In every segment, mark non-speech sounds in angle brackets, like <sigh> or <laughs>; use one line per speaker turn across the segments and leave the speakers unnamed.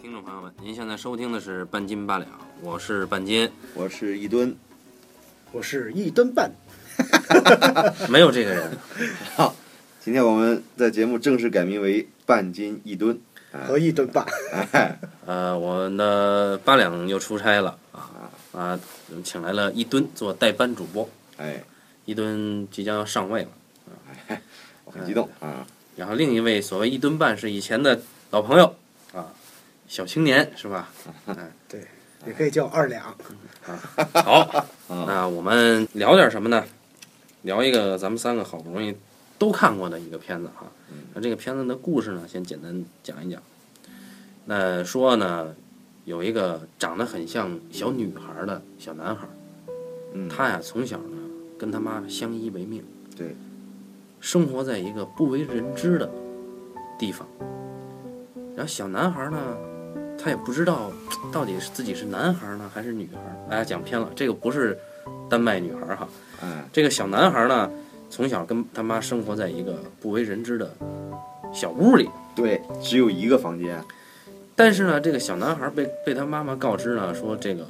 听众朋友们，您现在收听的是半斤八两，我是半斤，
我是一吨，
我是一吨半，
没有这个人。
今天我们在节目正式改名为半斤一吨。
和一吨半，
呃，我们的八两又出差了啊啊，请来了一吨做代班主播，
哎，
一吨即将要上位了。
我很激动
哎
啊！
然后另一位所谓一吨半是以前的老朋友啊，小青年是吧？
也可以叫二两。
好，
啊
那我们聊点什么呢？聊一个咱们三个好不容易都看过的一个片子哈。那这个片子的故事呢，先简单讲一讲。那说呢，有一个长得很像小女孩的小男孩，
嗯，
他呀从小呢跟他妈相依为命，
对，
生活在一个不为人知的地方。然后小男孩呢，他也不知道到底是自己是男孩呢还是女孩。哎，讲偏了，这个不是丹麦女孩哈。
哎，
这个小男孩呢，从小跟他妈生活在一个不为人知的小屋里。
对，只有一个房间。
但是呢，这个小男孩被被他妈妈告知呢，说这个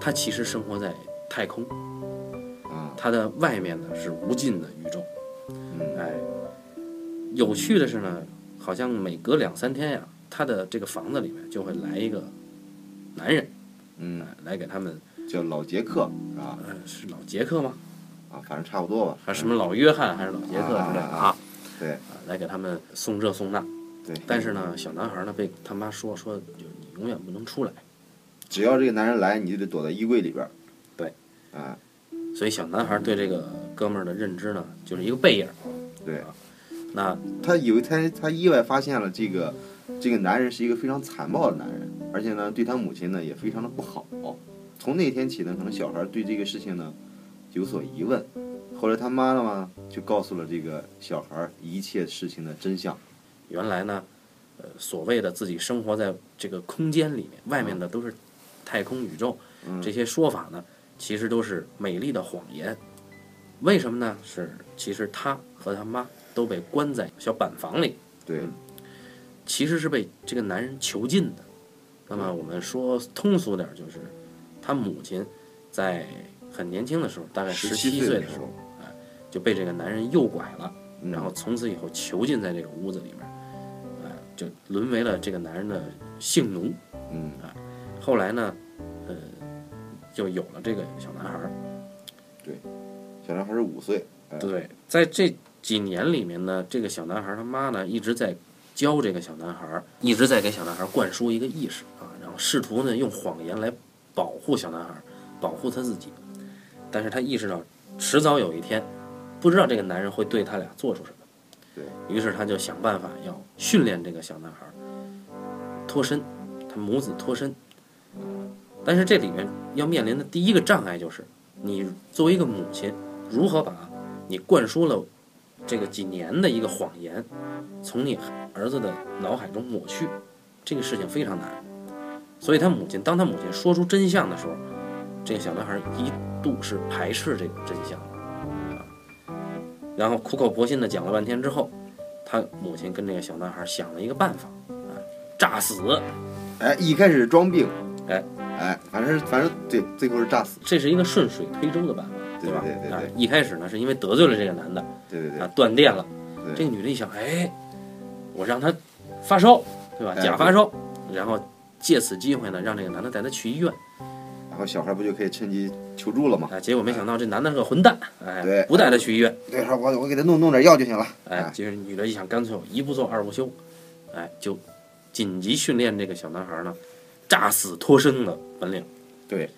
他其实生活在太空，
啊，
他的外面呢是无尽的宇宙。
嗯，
哎，有趣的是呢，好像每隔两三天呀，他的这个房子里面就会来一个男人，哎
嗯，，
来给他们，
叫老杰克是吧？
呃，是老杰克吗？
啊，反正差不多吧。
还是什么老约翰，还是老杰克之类的
啊啊
啊？
对
啊，来给他们送这送那。
嗯对，
但是呢，小男孩呢被他妈说说，就你永远不能出来。
只要这个男人来，你就得躲在衣柜里边儿。
对，
啊，
所以小男孩对这个哥们儿的认知呢，就是一个背影。啊
对，
那
他有一天他意外发现了这个这个男人是一个非常残暴的男人，而且呢对他母亲呢也非常的不好。从那天起呢，可能小孩对这个事情呢有所疑问。后来他妈妈呢就告诉了这个小孩一切事情的真相。
原来呢，呃，所谓的自己生活在这个空间里面，外面的都是太空宇宙，
嗯
这些说法呢，其实都是美丽的谎言。为什么呢？是其实他和他妈都被关在小板房里，
对，
其实是被这个男人囚禁的。那么我们说通俗点，就是他母亲在很年轻的时候，大概十
七
七岁
的
的时
时
候
候，
就被这个男人诱拐了。
嗯
然后从此以后囚禁在这个屋子里面，呃，就沦为了这个男人的性奴。
嗯
啊后来呢，呃，就有了这个小男孩儿。
小男孩是五岁，哎
对，在这几年里面呢，这个小男孩儿他妈呢一直在教这个小男孩儿，一直在给小男孩儿灌输一个意识啊，然后试图呢用谎言来保护小男孩儿，保护他自己。但是他意识到，迟早有一天，不知道这个男人会对他俩做出什么。
对
于是他就想办法要训练这个小男孩儿脱身，他母子脱身。但是这里面要面临的第一个障碍就是，你作为一个母亲，如何把你灌输了这个几年的一个谎言，从你儿子的脑海中抹去，这个事情非常难。所以他母亲，当他母亲说出真相的时候，这个小男孩一度是排斥这个真相的啊。然后苦口婆心的讲了半天之后，他母亲跟这个小男孩想了一个办法啊，诈死，
哎，一开始装病，
哎
哎，反正是反正对，最后是诈死，
这是一个顺水推舟的办法，
对
吧？
对对对
啊，一开始呢是因为得罪了这个男的
对对对
啊，断电了。
对，
这个女的一想，哎，我让她发烧，对吧？
哎
假发烧，然后借此机会呢，让这个男的带她去医院
然后小孩不就可以趁机求助了吗？
啊。结果没想到这男的是个混蛋，哎
对，
不带她去医院，
对，说我我给他弄弄点药就行了。
哎，就是女的一想，干脆我一不做二不休，哎，就紧急训练这个小男孩呢，诈死脱身的本领。
对，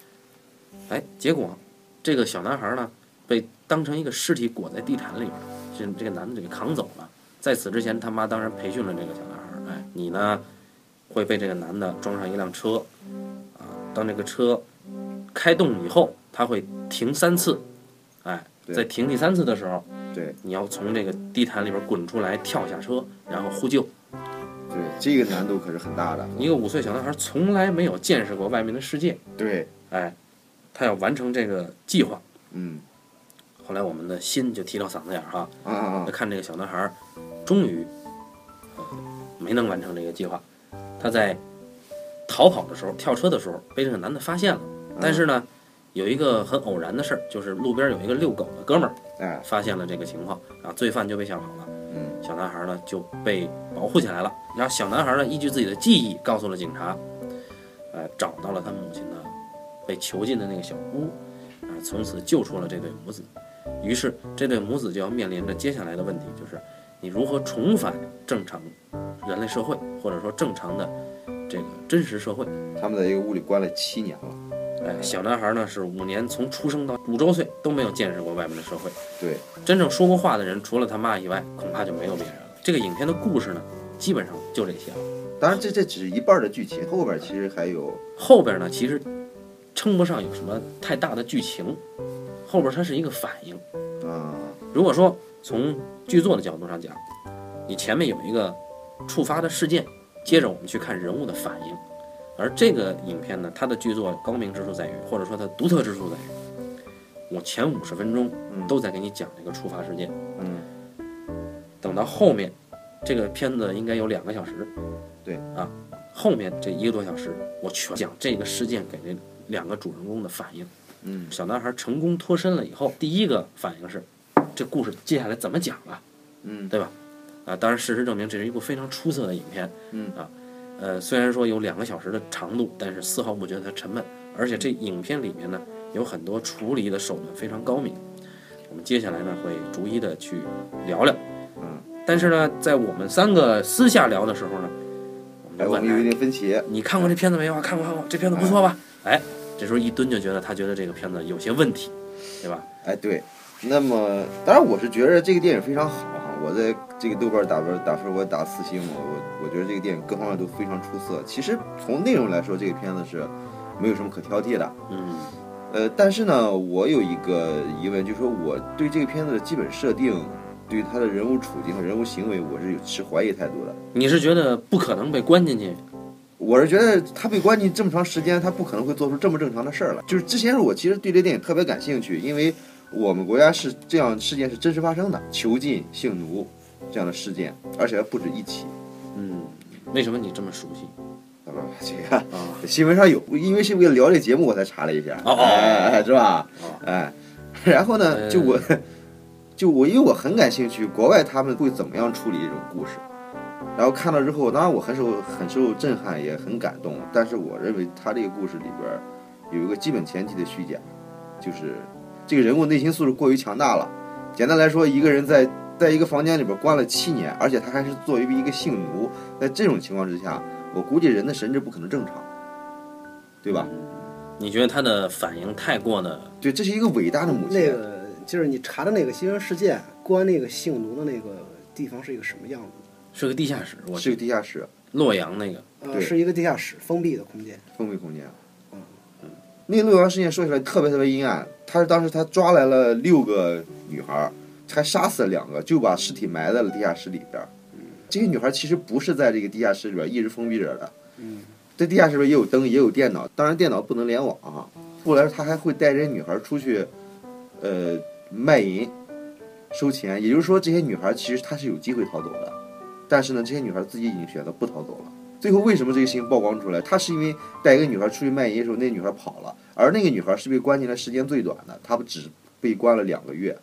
哎，结果这个小男孩呢，被当成一个尸体裹在地毯里边儿，这这个男的就给扛走了。在此之前，他妈当然培训了这个小男孩儿，哎，你呢会被这个男的装上一辆车，啊，当这个车开动以后，他会停三次，哎，
对
在停第三次的时候，
对
你要从这个地毯里边滚出来，跳下车，然后呼救。
对，这个难度可是很大的。
一个五岁小男孩从来没有见识过外面的世界，
对，
哎，他要完成这个计划。
嗯
后来我们的心就提到嗓子眼儿哈，
啊啊啊
就，看这个小男孩儿，终于，呃，没能完成这个计划。他在逃跑的时候，跳车的时候被这个男的发现了。呃但
嗯
是呢，有一个很偶然的事儿，就是路边有一个遛狗的哥们儿
哎，
发现了这个情况，啊，罪犯就被吓跑了。
嗯
小男孩呢就被保护起来了。然后小男孩呢依据自己的记忆告诉了警察，呃，找到了他母亲呢被囚禁的那个小屋，啊、从此救出了这对母子。于是这对母子就要面临着接下来的问题，就是你如何重返正常人类社会，或者说正常的这个真实社会。
他们在一个屋里关了七年了，
哎，小男孩呢是五年，从出生到五周岁都没有见识过外面的社会。
对，
真正说过话的人，除了他妈以外，恐怕就没有别人了。这个影片的故事呢，基本上就这些了。
当然这这只是一半儿的剧情，后边儿其实还有
后边呢，其实称不上有什么太大的剧情，后边它是一个反应。
啊、
如果说从剧作的角度上讲，你前面有一个触发的事件，接着我们去看人物的反应。而这个影片呢，它的剧作高明之处在于，或者说它独特之处在于，我前五十分钟
嗯
都在给你讲这个触发事件，
嗯
等到后面，这个片子应该有两个小时，
对
啊，后面这一个多小时，我全讲这个事件给这两个主人公的反应。
嗯
小男孩成功脱身了以后，第一个反应是，这故事接下来怎么讲啊？
嗯
对吧？啊，当然，事实证明这是一部非常出色的影片。
嗯
啊，呃，虽然说有两个小时的长度，但是丝毫不觉得它沉闷，而且这影片里面呢有很多处理的手段非常高明。我们接下来呢会逐一的去聊聊。
嗯，
但是呢，在我们三个私下聊的时候呢，我们
哎，
就
我
问
们有一
他
定分歧，
你看过这片子没有啊？看过看过，这片子不错吧？哎，这时候一蹲就觉得他觉得这个片子有些问题，对吧？
哎，对，那么当然我是觉得这个电影非常好哈，我在这个豆瓣打分打分我打四星嘛，我我觉得这个电影各方面都非常出色。其实从内容来说，这个片子是没有什么可挑剔的。
嗯
呃，但是呢，我有一个疑问，就是说我对这个片子的基本设定，对他的人物处境和人物行为，我是有持怀疑态度的。
你是觉得不可能被关进去？
我是觉得他被关进这么长时间，他不可能会做出这么正常的事儿来。就是之前我其实对这电影特别感兴趣，因为我们国家是这样事件是真实发生的，囚禁、性奴这样的事件，而且还不止一起， <laughs>
嗯，为什么你这么熟悉
好吧？这个
啊？
新闻上有，因为是为了聊这节目我才查了一下，
哦哦
<laughs> 哎，哎是吧？
哦
哎， <laughs> 然后呢，就我，就我，因为我很感兴趣，国外他们会怎么样处理这种故事。然后看到之后，当然我很受很受震撼，也很感动。但是我认为他这个故事里边儿有一个基本前提的虚假，就是这个人物内心素质过于强大了。简单来说，一个人在在一个房间里边关了七年，而且他还是作为一个性奴，在这种情况之下，我估计人的神智不可能正常，对吧？
你觉得他的反应太过的
对，这是一个伟大的母亲。
那个就是你查的那个新闻事件，关那个性奴的那个地方是一个什么样子？
是个地下室，我
是个地下室，
洛阳那个，
呃，
对
是一个地下室，封闭的空间。
封闭空间。啊嗯那个洛阳事件说起来特别特别阴暗，他是当时他抓来了六个女孩儿，还杀死了两个，就把尸体埋在了地下室里边儿。嗯这些女孩儿其实不是在这个地下室里边儿一直封闭着的，
嗯，
这地下室里边也有灯，也有电脑，当然电脑不能联网啊。后来他还会带这些女孩儿出去，呃，卖淫，收钱。也就是说，这些女孩儿其实她是有机会逃走的，但是呢，这些女孩儿自己已经选择不逃走了。最后为什么这个事情曝光出来？她是因为带一个女孩儿出去卖淫的时候，那女孩儿跑了，而那个女孩儿是被关进来时间最短的，她不只被关了两个月，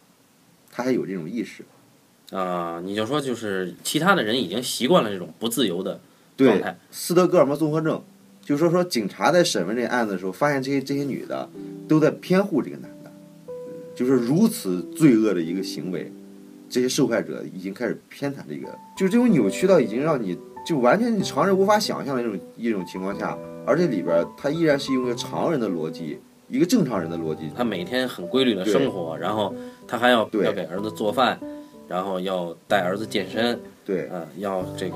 她还有这种意识。
啊、你就说就是其他的人已经习惯了这种不自由的状
对，
态，
斯德哥尔摩综合症，就是说说警察在审问这个案子的时候，发现这些这些女的都在偏护这个男的，就是如此罪恶的一个行为，这些受害者已经开始偏袒这个，就是这种扭曲到已经让你就完全你常人无法想象的那种一种情况下，而这里边儿它依然是用一个常人的逻辑，一个正常人的逻辑，
他每天很规律的生活，然后他还要
对
要给儿子做饭，然后要带儿子健身，
对
呃，要这个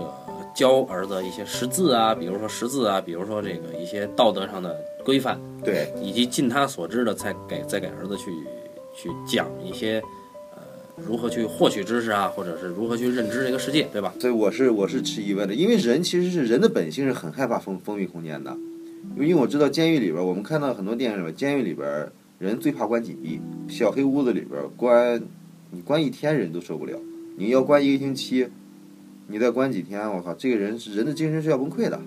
教儿子一些识字啊，比如说识字啊，比如说这个一些道德上的规范，
对
以及尽他所知的再给再给儿子去去讲一些。呃，如何去获取知识啊，或者是如何去认知这个世界，对吧？
所以我是我是持疑问的，因为人其实是人的本性是很害怕封封闭空间的，因为我知道监狱里边儿，我们看到很多电影里边儿，监狱里边儿人最怕关紧闭，小黑屋子里边儿关你关一天人都受不了，你要关一个星期，你再关几天，我靠，这个人是人的精神是要崩溃的，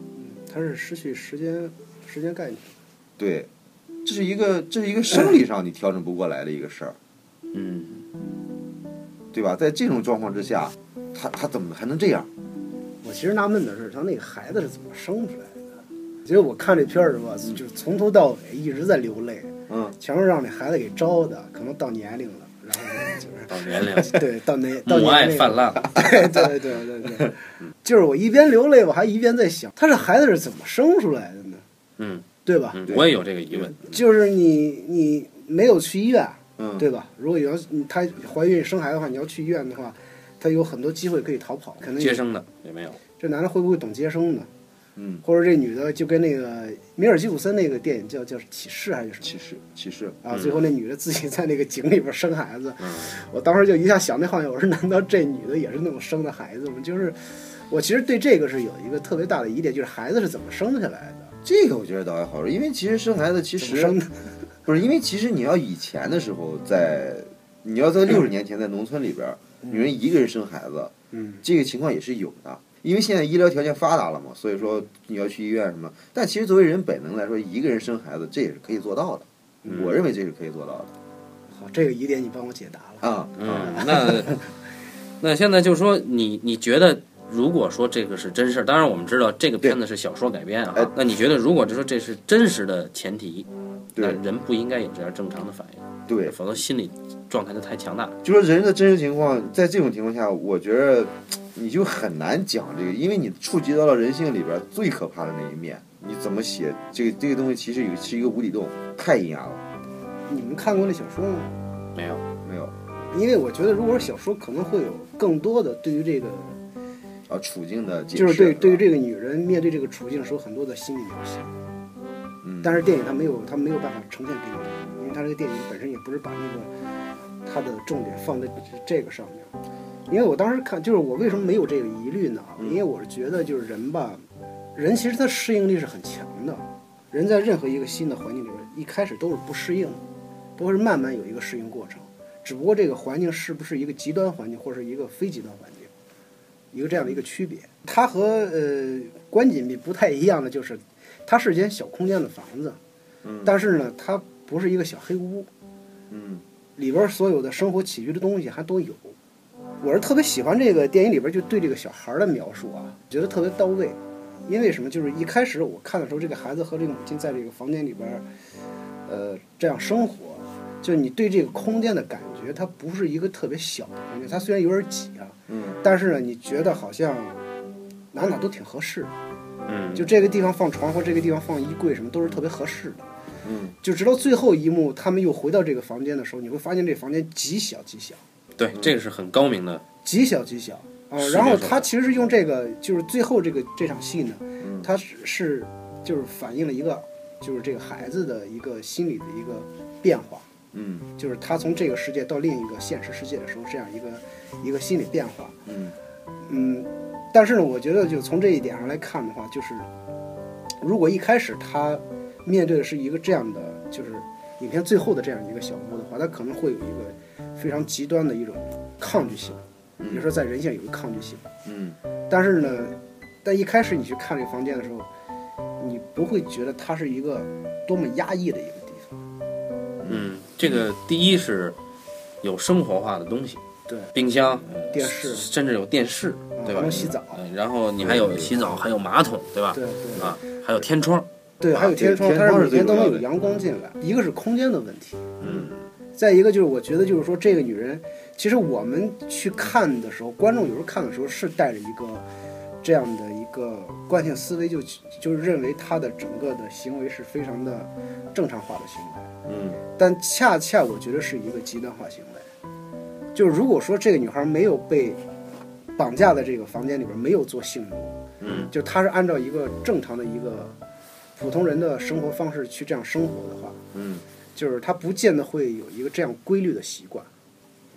他嗯是失去时间时间概念。
对，这是一个这是一个生理上你调整不过来的一个事儿，
嗯，
对吧？在这种状况之下，他他怎么还能这样？
我其实纳闷的是，他那个孩子是怎么生出来的？其实我看这片儿的时候，就是从头到尾一直在流泪，
嗯，
全是让那孩子给招的，可能到年龄了，然后就是
到年龄，
对到那到
母
年
爱
龄
泛滥了，
<laughs> 对对对对 <laughs> 对，就是我一边流泪，我还一边在想，他这孩子是怎么生出来的呢？
嗯
对吧？
嗯，
对
我也有这个疑问，
就是你你没有去医院，
嗯，
对吧？如果你要你她怀孕生孩子的话，你要去医院的话，她有很多机会可以逃跑。可能
接生的也没有，
这男的会不会懂接生呢？
嗯，
或者这女的就跟那个米尔吉普森那个电影叫叫启示还是什么？
歧视歧视，
啊，
嗯
最后那女的自己在那个井里边生孩子，
嗯
我当时就一下想那画面，我说难道这女的也是那种生的孩子吗？就是我其实对这个是有一个特别大的疑点，就是孩子是怎么生下来的？
这个我觉得倒还好说，因为其实生孩子其
怎么
实
生的？
不是因为其实你要以前的时候在，你要在六十年前在农村里边儿，女人一个人生孩子，
嗯，
这个情况也是有的。因为现在医疗条件发达了嘛，所以说你要去医院什么，但其实作为人本能来说，一个人生孩子这也是可以做到的，
嗯
我认为这是可以做到的
好，这个疑点你帮我解答了。
啊啊、
嗯，那那现在就说你你觉得，如果说这个是真事儿，当然我们知道这个片子是小说改编
哎
啊，那你觉得如果就说这是真实的前提，那
对
人不应该有这样正常的反应，
对，
否则心理状态就太强大。
就说人的真实情况，在这种情况下，我觉得你就很难讲这个，因为你触及到了人性里边最可怕的那一面。你怎么写这个这个东西，其实有是一个无底洞，太阴暗了。
你们看过那小说吗？
没有，
没有
因为我觉得，如果是小说，可能会有更多的对于这个，
啊，处境的解释
就是对对于
个，
这个女人面对这个处境的时候，很多的心理描写。
嗯，
但是电影它没有，它没有办法呈现给你，因为它这个电影本身也不是把那个它的重点放在这个上面。因为我当时看，就是我为什么没有这个疑虑呢？
嗯
因为我是觉得，就是人吧，人其实他适应力是很强的，人在任何一个新的环境里边，一开始都是不适应的，都是慢慢有一个适应过程。只不过这个环境是不是一个极端环境，或者是一个非极端环境，一个这样的一个区别。它和呃关紧闭不太一样的就是，它是间小空间的房子，
嗯
但是呢，它不是一个小黑屋，
嗯
里边所有的生活起居的东西还都有。我是特别喜欢这个电影里边就对这个小孩儿的描述啊，觉得特别到位。因为什么？就是一开始我看的时候，这个孩子和这个母亲在这个房间里边，呃，这样生活，就是你对这个空间的感觉，它不是一个特别小的空间，它虽然有点挤啊，
嗯
但是呢，你觉得好像哪哪都挺合适的，
嗯，
就这个地方放床或这个地方放衣柜什么都是特别合适的。
嗯，
就直到最后一幕，他们又回到这个房间的时候，你会发现这房间极小极小，
对，这个是很高明的，
极小极小啊、
是
然后
没错
他其实是用这个，就是最后这个这场戏呢，
嗯
他是是就是反映了一个，就是这个孩子的一个心理的一个变化，
嗯
就是他从这个世界到另一个现实世界的时候，这样一个一个心理变化。
嗯
嗯，但是呢，我觉得就从这一点上来看的话，就是如果一开始他面对的是一个这样的，就是影片最后的这样一个小屋的话，他可能会有一个非常极端的一种抗拒性，
嗯
比如说在人性有一个抗拒性。
嗯
但是呢，但一开始你去看这个房间的时候，你不会觉得它是一个多么压抑的一个地方。
嗯，这个第一是有生活化的东西，
对，
冰箱、
电视
甚至有电视，
啊
对
还
吧
能？洗澡，
嗯然后你还有洗澡，还有马桶，对吧？
对对
啊，还有天窗，
对，还有天窗，
天
它
窗
是
是最
每天都
主要
能有
的
阳光进来。一个是空间的问题，
嗯
再一个就是，我觉得就是说，这个女人，其实我们去看的时候，观众有时候看的时候是带着一个这样的一个惯性思维就，就是认为她的整个的行为是非常的正常化的行为，
嗯
但恰恰我觉得是一个极端化行为。就是如果说这个女孩没有被绑架在这个房间里边，没有做性奴，
嗯
就她是按照一个正常的一个普通人的生活方式去这样生活的话，
嗯
就是他不见得会有一个这样规律的习惯，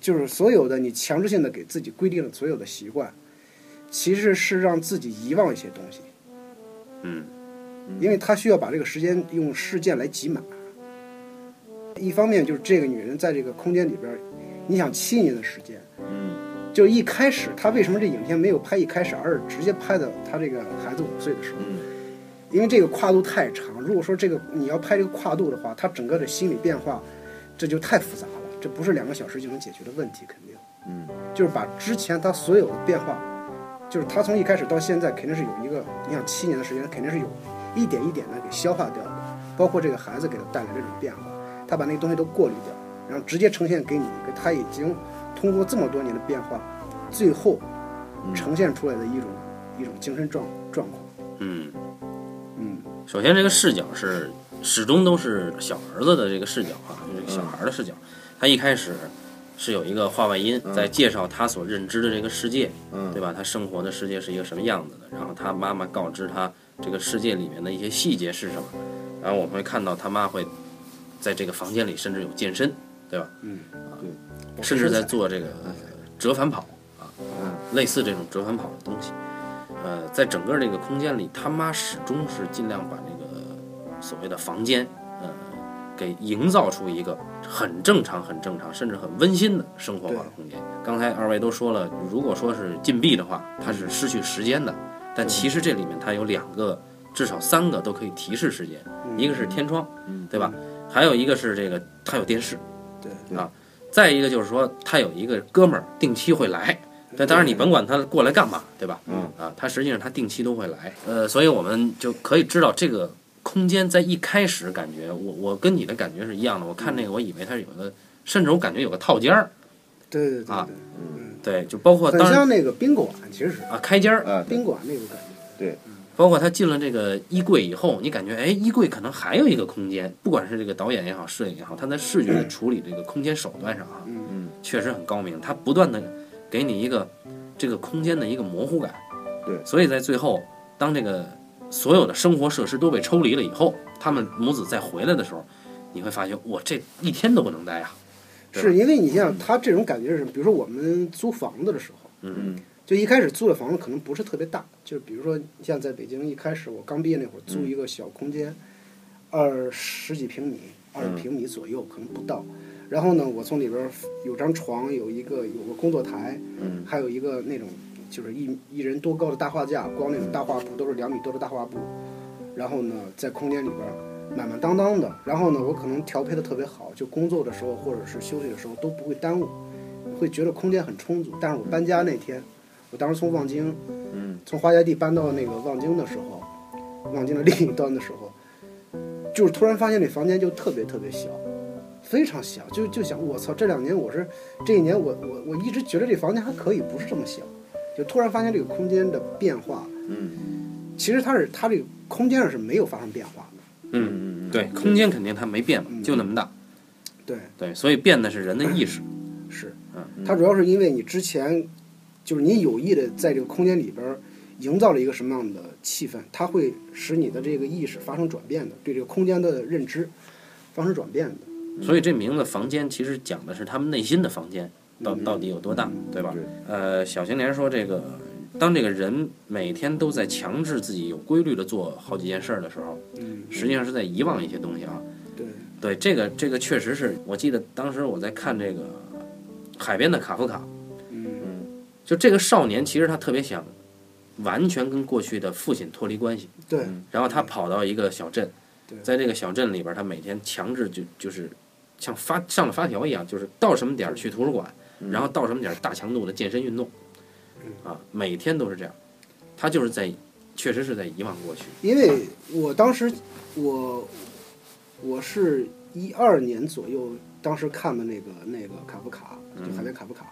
就是所有的你强制性的给自己规定了所有的习惯，其实是让自己遗忘一些东西，
嗯
因为他需要把这个时间用事件来挤满。一方面就是这个女人在这个空间里边儿，你想七年的时间，
嗯
就是一开始她为什么这影片没有拍一开始，而是直接拍的她这个孩子五岁的时候，
嗯
因为这个跨度太长。如果说这个你要拍这个跨度的话，他整个的心理变化，这就太复杂了，这不是两个小时就能解决的问题，肯定。
嗯，
就是把之前他所有的变化，就是他从一开始到现在，肯定是有一个，你想七年的时间，肯定是有一点一点的给消化掉的，包括这个孩子给他带来这种变化，他把那个东西都过滤掉，然后直接呈现给你一个他已经通过这么多年的变化，最后
嗯
呈现出来的一种一种精神状状况。
嗯，
嗯，
首先这个视角是始终都是小儿子的这个视角啊，
嗯
就是这个小孩儿的视角。他一开始是有一个话外音
嗯
在介绍他所认知的这个世界，
嗯，
对吧？他生活的世界是一个什么样子的？然后他妈妈告知他这个世界里面的一些细节是什么。然后我们会看到他妈会在这个房间里甚至有健身，对吧？
嗯，
对，甚至在做这个呃折返跑啊，类似这种折返跑的东西。呃，在整个这个空间里，他妈始终是尽量把这个所谓的房间，呃，给营造出一个很正常、很正常，甚至很温馨的生活化的空间。刚才二位都说了，如果说是禁闭的话，它是失去时间的，但其实这里面它有两个，至少三个都可以提示时间，
嗯
一个是啊天窗，
嗯
对吧？还有一个是这个它有电视，
对
对
啊，再一个就是说他有一个哥们儿定期会来，但当然你甭管他过来干嘛，对吧？
嗯
啊，他实际上他定期都会来，呃，所以我们就可以知道这个空间在一开始感觉，我我跟你的感觉是一样的。我看那个，我以为它是有一个，甚至我感觉有个套间儿，
对对对
啊
对，
对，就包括
很
当然
像那个宾馆，其实是
啊开间儿，
啊，对
宾馆那种感觉。
包括他进了这个衣柜以后，你感觉哎，衣柜可能还有一个空间，不管是这个导演也好，摄影也好，他在视觉的处理这个空间手段上啊，
嗯
嗯，
确实很高明。他不断的给你一个这个空间的一个模糊感，
对
所以在最后，当这个所有的生活设施都被抽离了以后，他们母子再回来的时候，你会发现我这一天都不能待啊，对吧
是因为你像他这种感觉是什么？比如说我们租房子的时候，
嗯
嗯
就一开始租的房子可能不是特别大，就是比如说像在北京一开始我刚毕业那会儿租一个小空间，二十几平米，二十平米左右可能不到。然后呢，我从里边儿有张床，有一个有个工作台，
嗯
还有一个那种就是一一人多高的大画架，光那种大画布都是两米多的大画布。然后呢，在空间里边儿满满当当的。然后呢，我可能调配的特别好，就工作的时候或者是休息的时候都不会耽误，会觉得空间很充足。但是我搬家那天，我当时从望京
嗯
从花家地搬到那个望京的时候，望京的另一端的时候，就是突然发现那房间就特别特别小，非常小，就就想我操，这两年我是这一年我我我一直觉得这房间还可以，不是这么小，就突然发现这个空间的变化，
嗯
其实它是它这个空间上是没有发生变化的，
嗯，
嗯，
对，空间肯定它没变嘛，
嗯
就那么大，
对，
对，所以变的是人的意识，
是
嗯，
它主要是因为你之前就是你有意的在这个空间里边儿营造了一个什么样的气氛，它会使你的这个意识发生转变的，对这个空间的认知发生转变的。
所以这名字“房间”其实讲的是他们内心的房间到
嗯
到底有多大，对吧？
对
呃，小青年说这个，当这个人每天都在强制自己有规律的做好几件事儿的时候，
嗯，
实际上是在遗忘一些东西啊。
对，
对，这个这个确实是我记得当时我在看这个《海边的卡夫卡》，
嗯
嗯
就这个少年其实他特别想完全跟过去的父亲脱离关系，
对
嗯
然后他跑到一个小镇
对，
在这个小镇里边儿，他每天强制就就是像发上了发条一样，就是到什么点儿去图书馆，
嗯
然后到什么点儿大强度的健身运动，
嗯
啊，每天都是这样，他就是在确实是在遗忘过去，
因为我当时我我是一二年左右，当时看的那个那个卡夫卡，就海边卡夫卡。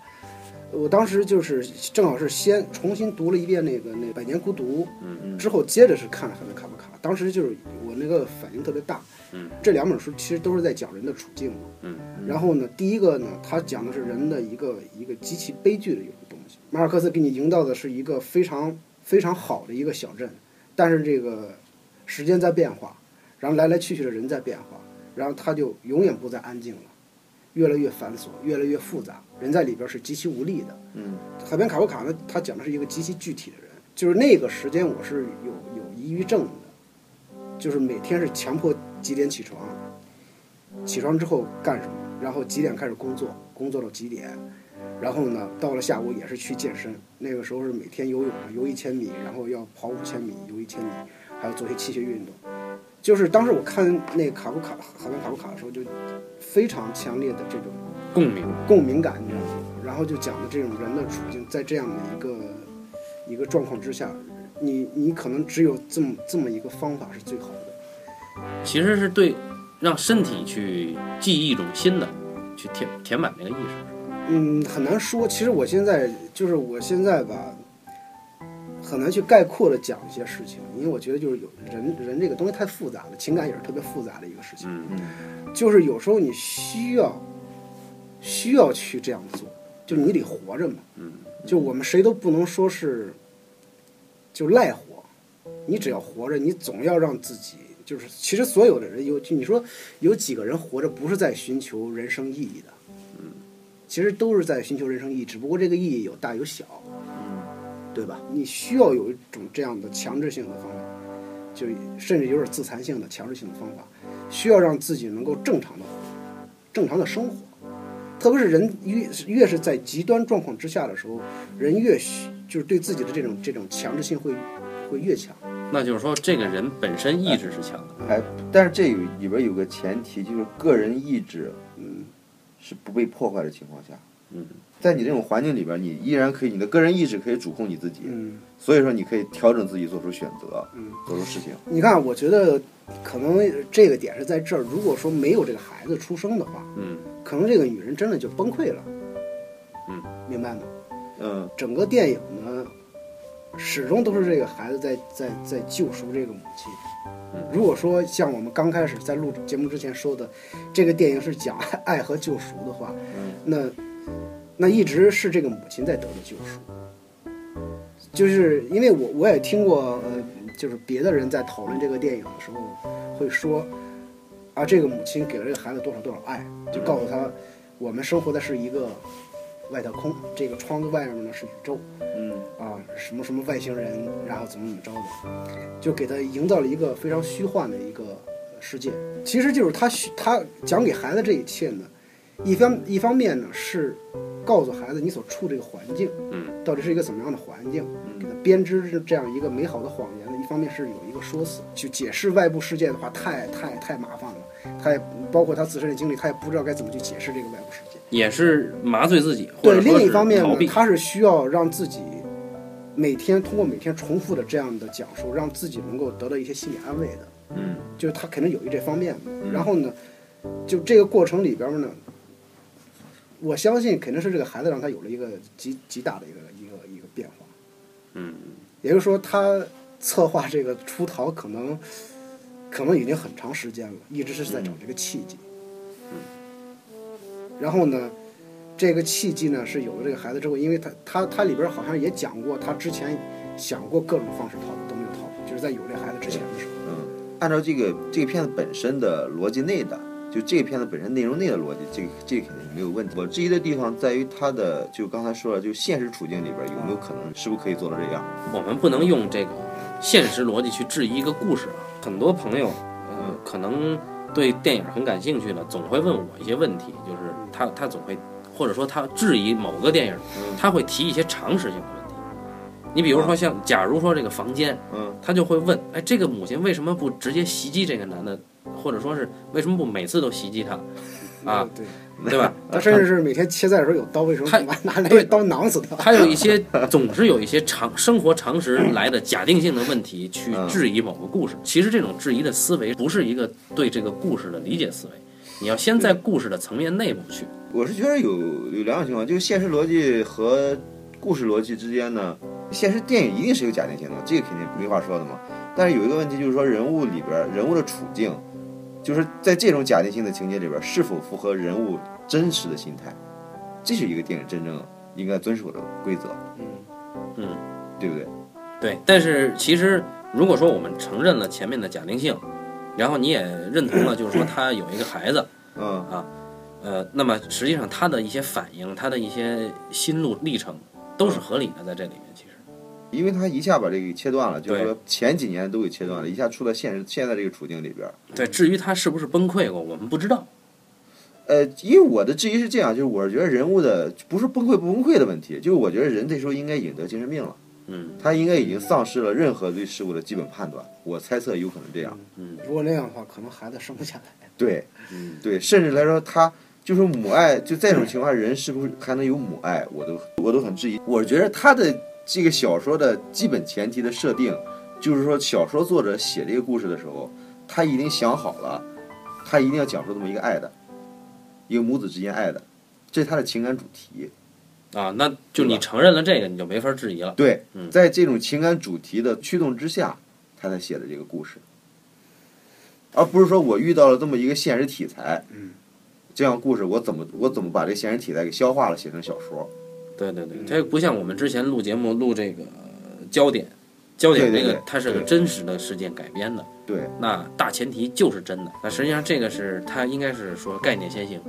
我当时就是正好是先重新读了一遍那个那《百年孤独》，
嗯
之后接着是看了《海边卡夫卡》，当时就是我那个反应特别大。
嗯，
这两本书其实都是在讲人的处境嘛。
嗯，
然后呢，第一个呢，它讲的是人的一个一个极其悲剧的一个东西。马尔克斯给你营造的是一个非常非常好的一个小镇，但是这个时间在变化，然后来来去去的人在变化，然后它就永远不再安静了，越来越繁琐，越来越复杂，人在里边是极其无力的。
嗯
海边卡夫卡呢，他讲的是一个极其具体的人，就是那个时间我是有有抑郁症的，就是每天是强迫几点起床，起床之后干什么，然后几点开始工作，工作到几点，然后呢，到了下午也是去健身，那个时候是每天游泳，游一千米，然后要跑五千米，游一千米，还还有做一些器械运动。就是当时我看那个卡夫卡海湾卡夫卡的时候，就非常强烈的这种
共鸣。
共鸣感，你知道吗？然后就讲的这种人的处境，在这样的一个一个状况之下，你你可能只有这么这么一个方法是最好的。
其实是对让身体去记忆一种新的，去填填满这个意识。
嗯，很难说。其实我现在就是我现在吧，很难去概括的讲一些事情，因为我觉得就是有人人这个东西太复杂了，情感也是特别复杂的一个事情。
嗯，
嗯，
就是有时候你需要需要去这样做，就你得活着嘛。
嗯，
就我们谁都不能说是就赖活，你只要活着，你总要让自己就是，其实所有的人有，就你说有几个人活着不是在寻求人生意义的？嗯，其实都是在寻求人生意义，只不过这个意义有大有小。对吧？你需要有一种这样的强制性的方法，就甚至有点自残性的强制性的方法，需要让自己能够正常的、正常的生活。特别是人越越是在极端状况之下的时候，人越需就是对自己的这种这种强制性会会越强。
那就是说这个人本身意志是强的。
哎，但是这有里边有个前提，就是个人意志
嗯，
是不被破坏的情况下，
嗯，
在你这种环境里边，你依然可以，你的个人意志可以主控你自己，
嗯，
所以说你可以调整自己，做出选择，
嗯，
做出事情。
你看，啊我觉得可能这个点是在这儿。如果说没有这个孩子出生的话，
嗯，
可能这个女人真的就崩溃了。
嗯，
明白吗？
嗯
整个电影呢，始终都是这个孩子在在在救赎这个母亲
嗯。
如果说像我们刚开始在录节目之前说的，这个电影是讲爱和救赎的话，
嗯
那那一直是这个母亲在得到救赎。就是因为我我也听过，呃，就是别的人在讨论这个电影的时候会说，啊，这个母亲给了这个孩子多少多少爱，就告诉他，我们生活的是一个外太空，这个窗子外面呢是宇宙
嗯
啊，什么什么外星人，然后怎么怎么着的，就给他营造了一个非常虚幻的一个呃世界。其实就是他虚他讲给孩子这一切呢，一方一方面呢是告诉孩子你所处这个环境，
嗯，
到底是一个怎么样的环境，给他
嗯
编织这样一个美好的谎言呢，一方面是有一个说辞，去解释外部世界的话，太太太麻烦了，他也包括他自身的经历，他也不知道该怎么去解释这个外部世界。
也是麻醉自己，或
对，
者说
另一
是
方面
逃
呢
避，。
他是需要让自己每天通过每天重复的这样的讲述，让自己能够得到一些心理安慰的，
嗯
就是他肯定有一这方面的。
嗯
然后呢，就这个过程里边呢，我相信肯定是这个孩子让他有了一个极极大的一个一个一个变化。
嗯，
也就是说，他策划这个出逃可能可能已经很长时间了，一直是在找这个契机。嗯。然后呢，这个契机呢是有了这个孩子之后，因为他他他里边好像也讲过，他之前想过各种方式逃跑都没有逃跑，就是在有这孩子之前的时候。
嗯，按照这个这个片子本身的逻辑内的，就这个片子本身内容内的逻辑，这个这个肯定没有问题。我质疑的地方在于它的，就刚才说了，就现实处境里边有没有可能，是不是可以做到这样？
我们不能用这个现实逻辑去质疑一个故事啊。很多朋友，呃，可能对电影很感兴趣的，总会问我一些问题，就是他他总会，或者说他质疑某个电影，
嗯
他会提一些常识性的问题。你比如说像，假如说这个房间，
嗯
他就会问，哎，这个母亲为什么不直接袭击这个男的，或者说是为什么不每次都袭击他，啊，
对，
对吧？
他甚至是每天切菜的时候有刀，为什么
他
不拿拿那
对
个刀囊死他？
他有一些总是有一些常生活常识来的假定性的问题去
嗯
质疑某个故事。其实这种质疑的思维不是一个对这个故事的理解思维，你要先在故事的层面内部去。
我是觉得有有两种情况，就是现实逻辑和故事逻辑之间呢，现实电影一定是有假定性的，这个肯定没话说的嘛。但是有一个问题就是说，人物里边人物的处境，就是在这种假定性的情节里边，是否符合人物真实的心态，这是一个电影真正应该遵守的规则，
嗯
对不对？
对，但是其实如果说我们承认了前面的假定性，然后你也认同了，就是说他有一个孩子，
嗯
呃，那么实际上他的一些反应，他的一些心路历程都是合理的，在这里面其实。
因为他一下把这个给切断了，就是
对
说前几年都给切断了，一下处在现实现在这个处境里边，
对，至于他是不是崩溃过，我们不知道。
呃，因为我的质疑是这样，就是我是觉得人物的不是崩溃不崩溃的问题，就是我觉得人这时候应该已经得精神病了，
嗯
他应该已经丧失了任何对事物的基本判断。我猜测有可能这样。
嗯
如果那样的话，可能孩子生不下来。
对
嗯，
对，甚至来说，他就是母爱，就在这种情况下，人是不是还能有母爱？我都我都很质疑。我觉得他的这个小说的基本前提的设定，就是说小说作者写这个故事的时候，他一定想好了，他一定要讲述这么一个爱的，一个母子之间爱的，这是他的情感主题。
啊，那就你承认了这个，你就没法质疑了。
对
嗯，
在这种情感主题的驱动之下，他才写的这个故事，而不是说我遇到了这么一个现实题材，
嗯，
这样故事我怎么我怎么把这个现实题材给消化了，写成小说？
对对对，
嗯
这不像我们之前录节目录这个呃焦点，焦点
对
这
对
个
对
它是个
对
真实的事件改编的，
对
那大前提就是真的。那实际上这个是它应该是说概念先行，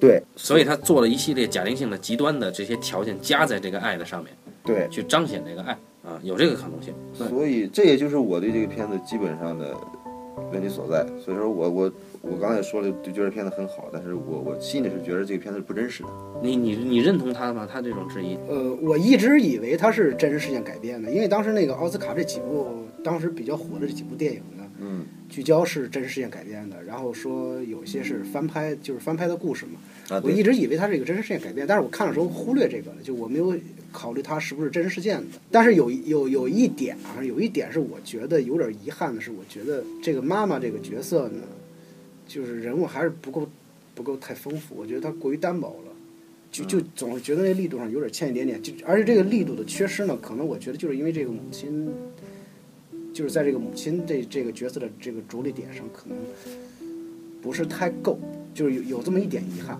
对
所以他做了一系列假定性的极端的这些条件加在这个爱的上面，
对，
去彰显这个爱啊，有这个可能性。对
所以这也就是我对这个片子基本上的问题所在。所以说我我我刚才也说了，就觉得片子很好，但是我我心里是觉得这个片子是不真实的。
你你你认同他吗？他这种质疑，
呃，我一直以为它是真实事件改编的，因为当时那个奥斯卡这几部当时比较火的这几部电影呢，
嗯，
聚焦是真实事件改编的，然后说有些是翻拍，就是翻拍的故事嘛。
啊
我一
对，
直以为它是一个真实事件改编，但是我看的时候忽略这个了，就我没有考虑它是不是真实事件的。但是有一有有一点啊，有一点是我觉得有点遗憾的是，我觉得这个妈妈这个角色呢，就是人物还是不够不够太丰富，我觉得她过于单薄了，就
嗯
就总是觉得那力度上有点欠一点点，就而且这个力度的缺失呢，可能我觉得就是因为这个母亲。就是在这个母亲这这个角色的这个着力点上，可能不是太够，就是有有这么一点遗憾。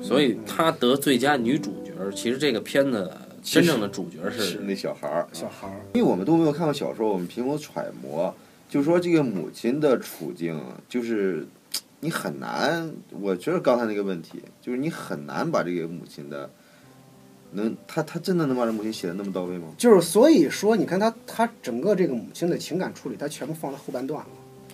所以他得最佳女主角，其实这个片子真正的主角
是啊
是
那小孩儿，
小孩儿，
因为我们都没有看过小说，我们凭空揣摩，就说这个母亲的处境，就是你很难，我觉得刚才那个问题，就是你很难把这个母亲的，能，她她真的能把这母亲写的那么到位吗？
就是所以说，你看他他整个这个母亲的情感处理，他全部放在后半段了，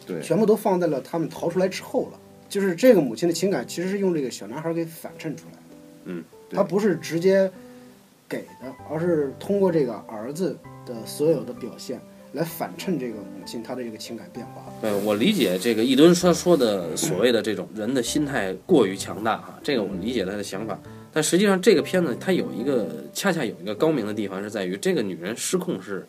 对，
全部都放在了他们逃出来之后了。就是这个母亲的情感，其实是用这个小男孩给反衬出来的。
嗯，
对
他不是直接给的，而是通过这个儿子的所有的表现来反衬这个母亲她的这个情感变化。
对呃我理解这个一吨他说的所谓的这种人的心态过于强大哈、这个我理解他的想法。但实际上，这个片子它有一个恰恰有一个高明的地方是在于，这个女人失控是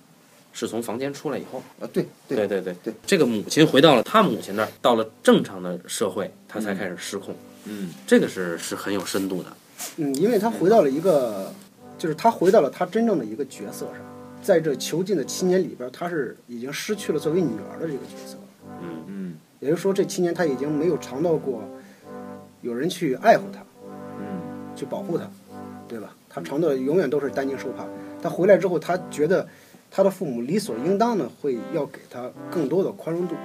是从房间出来以后，
啊，对对
对对对
对，
这个母亲回到了她母亲那儿，到了正常的社会，她才开始失控，
嗯，
这个是是很有深度的。
嗯，因为他回到了一个，就是他回到了他真正的一个角色上，在这囚禁的七年里边，他是已经失去了作为女儿的这个角色了。
嗯，
嗯，
也就是说，这七年他已经没有尝到过有人去爱护他、
嗯，
去保护他，对吧？他尝到的永远都是担惊受怕。他回来之后，他觉得他的父母理所应当的会要给他更多的宽容度。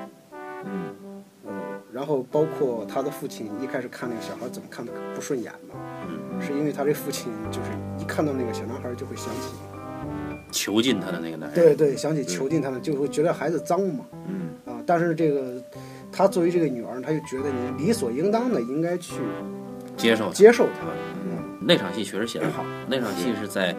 嗯，
嗯，然后包括他的父亲一开始看那个小孩怎么看他不顺眼嘛，
嗯，
是因为他这父亲就是一看到那个小男孩就会想起，
哎
囚禁她的那个男人，
对对，想起囚禁他们，就会觉得孩子脏嘛。
嗯，
啊，但是这个他作为这个女儿，他就觉得你理所应当的应该去
接受她
接受他。
嗯，
那场戏确实写得好，那场戏是在，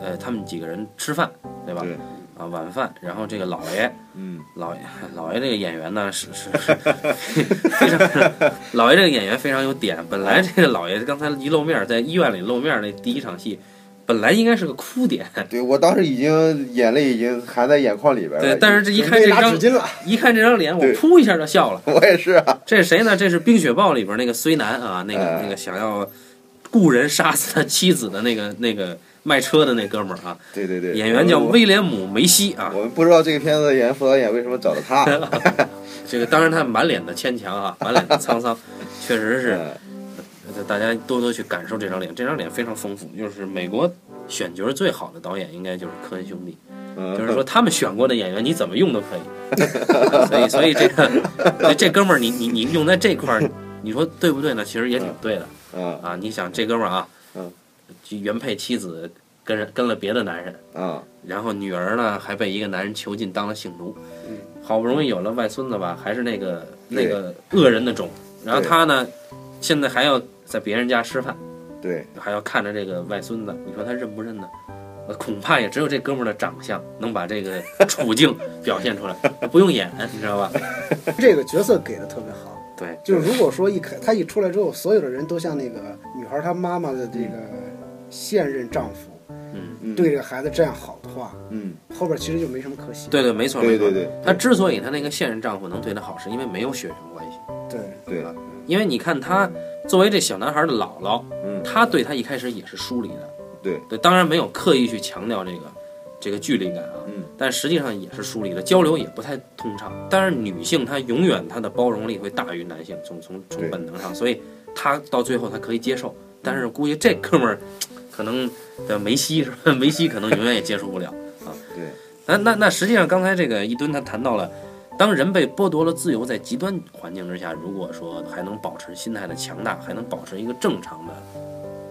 呃，他们几个人吃饭，对吧？
对，
啊，晚饭，然后这个老爷，
嗯，
老爷， <laughs> 老爷这个演员呢是是是非常，老爷这个演员非常有点。本来这个老爷刚才一露面，在医院里露面那第一场戏，本来应该是个哭点，
对我当时已经眼泪已经含在眼眶里边了，
对，但是这一看
准
这
备拿
张
纸，巾了， <laughs>
一看这张脸，我
对
噗一下就笑了。
<laughs> 我也是啊，
这是谁呢？这是《冰雪暴》里边那个虽南啊，那个
哎
那个想要雇人杀死他妻子的那个那个卖车的那哥们儿啊，
对对对，
演员叫
我
威廉姆·梅西啊
我。们不知道这个片子的演员副导演为什么找到他，
这个当然他满脸的牵强啊，满脸的沧桑，确实 <laughs> 是
嗯
大家多多去感受这张脸，这张脸非常丰富。就是美国选角最好的导演应该就是科恩兄弟，
嗯，
就是说他们选过的演员你怎么用都可以。所以 <laughs> 所以这个所以这哥们儿你你你用在这块儿，你说对不对呢？其实也挺对的
嗯，
啊。你想这哥们儿啊，
嗯，
原配妻子跟人跟了别的男人，
啊，
然后女儿呢还被一个男人囚禁当了性奴，
嗯
好不容易有了外孙子吧，还是那个那
对
个恶人的种，然后
对
他呢现在还要在别人家吃饭，
嗯对，
还要看着这个外孙子，你说他认不认呢？呃恐怕也只有这哥们儿的长相能把这个处境表现出来，不用演，你知道吧？
这个角色给的特别好。
对，
就是如果说一开他一出来之后，所有的人都像那个女孩她妈妈的这个现任丈夫
嗯，
嗯
对这个孩子这样好的话，
嗯，
后边其实就没什么可写。
对对，没错，
对
没错
对对，
她之所以她那个现任丈夫能对她好，是因为没有血缘关系。
对
对了，
嗯
因为你看她作为这小男孩的姥姥，
嗯，
她对她一开始也是疏离的。
对
对，当然没有刻意去强调这个这个距离感啊，
嗯，
但实际上也是疏离的，交流也不太通畅。但是女性她永远她的包容力会大于男性，从从从
对
本能上，所以她到最后她可以接受。但是估计这哥们儿可能的梅西是吧？梅西可能永远也接受不了。啊
<laughs> 对，
那那那实际上，刚才这个一吨他谈到了，当人被剥夺了自由，在极端环境之下，如果说还能保持心态的强大，还能保持一个正常的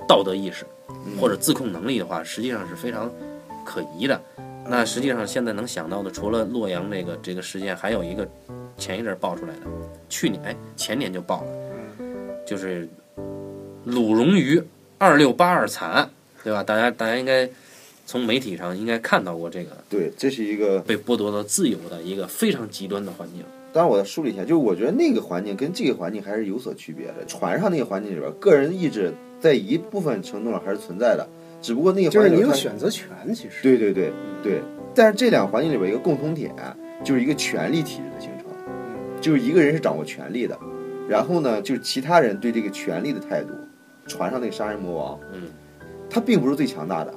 道德意识
嗯
或者自控能力的话，实际上是非常可疑的。那实际上现在能想到的，除了洛阳这个这个事件，还有一个前一阵儿爆出来的，去年哎前年就爆了，
嗯
就是鲁荣于二六八二惨案，对吧？大家大家应该从媒体上应该看到过这个
对，这是一个
被剥夺了自由的一个非常极端的环境。
当然，我再梳理一下，就是我觉得那个环境跟这个环境还是有所区别的。船上那个环境里边，个人意志在一部分程度上还是存在的，只不过那个
就是
环境
你
它
有选择权，其实
对对对对，但是这两个环境里边有一个共同点，就是一个权力体制的形
嗯
成，就是一个人是掌握权力的，然后呢，就是其他人对这个权力的态度。船上那个杀人魔王，
嗯，
他并不是最强大的，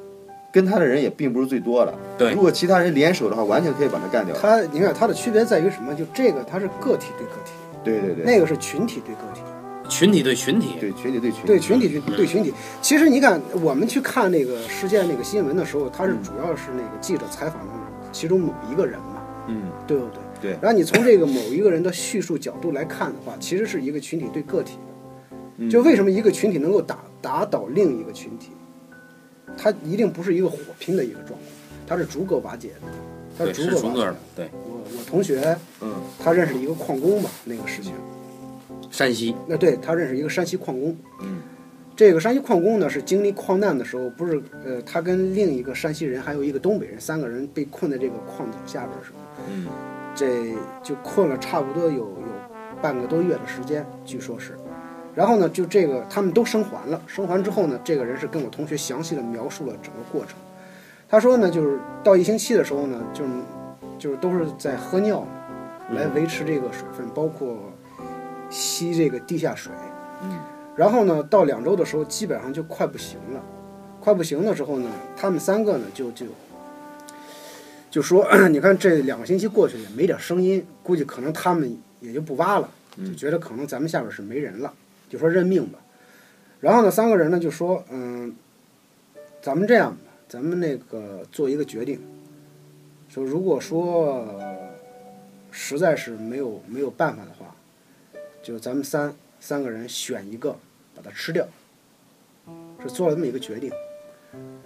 跟他的人也并不是最多的。
对
如果其他人联手的话，完全可以把他干掉。
它你看它的区别在于什么？就这个它是个体对个体，
对对对，
那个是群体对个体，
群体对群体，
对群体对群体，
对群体去对群体。其实你看我们去看那个事件那个新闻的时候，它是主要是那个记者采访的其中某一个人嘛，
嗯，
对不对？
对
然后你从这个某一个人的叙述角度来看的话，其实是一个群体对个体的。
嗯
就为什么一个群体能够打打倒另一个群体，它一定不是一个火拼的一个状况，它是逐个瓦解的，它
对是
逐
逐
个
个
瓦解
儿
的。
对
我我同学
嗯
他认识了一个矿工嘛，那个事情。
山西，
那对他认识一个山西矿工，
嗯
这个山西矿工呢是经历矿难的时候，不是呃，他跟另一个山西人还有一个东北人，三个人被困在这个矿井下边的时候，
嗯
这就困了差不多有有半个多月的时间，据说是。然后呢，就这个他们都生还了，生还之后呢，这个人是跟我同学详细的描述了整个过程。他说呢，就是到一星期的时候呢，就是就是都是在喝尿来维持这个水分，包括吸这个地下水。
嗯
然后呢，到两周的时候，基本上就快不行了。快不行的时候呢，他们三个呢就就就说， <clears throat> 你看这两个星期过去也没点声音，估计可能他们也就不挖了，就觉得可能咱们下边是没人了，就说认命吧。然后呢，三个人呢就说，嗯，咱们这样吧，咱们那个做一个决定，说如果说、呃实在是没有没有办法的话，就咱们三三个人选一个把它吃掉，是做了这么一个决定。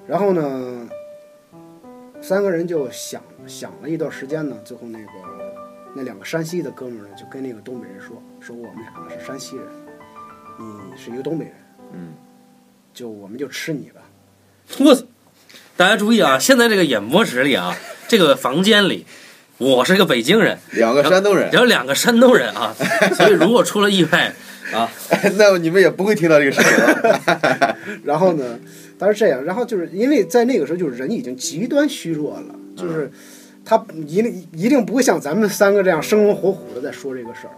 然后呢，三个人就想想了一段时间呢，最后那个那两个山西的哥们儿呢，就跟那个东北人说，说我们两个是山西人，你是一个东北人，
嗯，
就我们就吃你吧。
我操大家注意啊，现在这个演播室里啊，这个房间里，我是个北京人，
两个山东人，
然后两个山东人啊，所以如果出了意外，啊
<laughs> 那你们也不会听到这个事情了。
然后呢，当时这样，然后就是因为在那个时候，就是人已经极端虚弱了，就是他一定一定不会像咱们三个这样生龙活虎的在说这个事儿。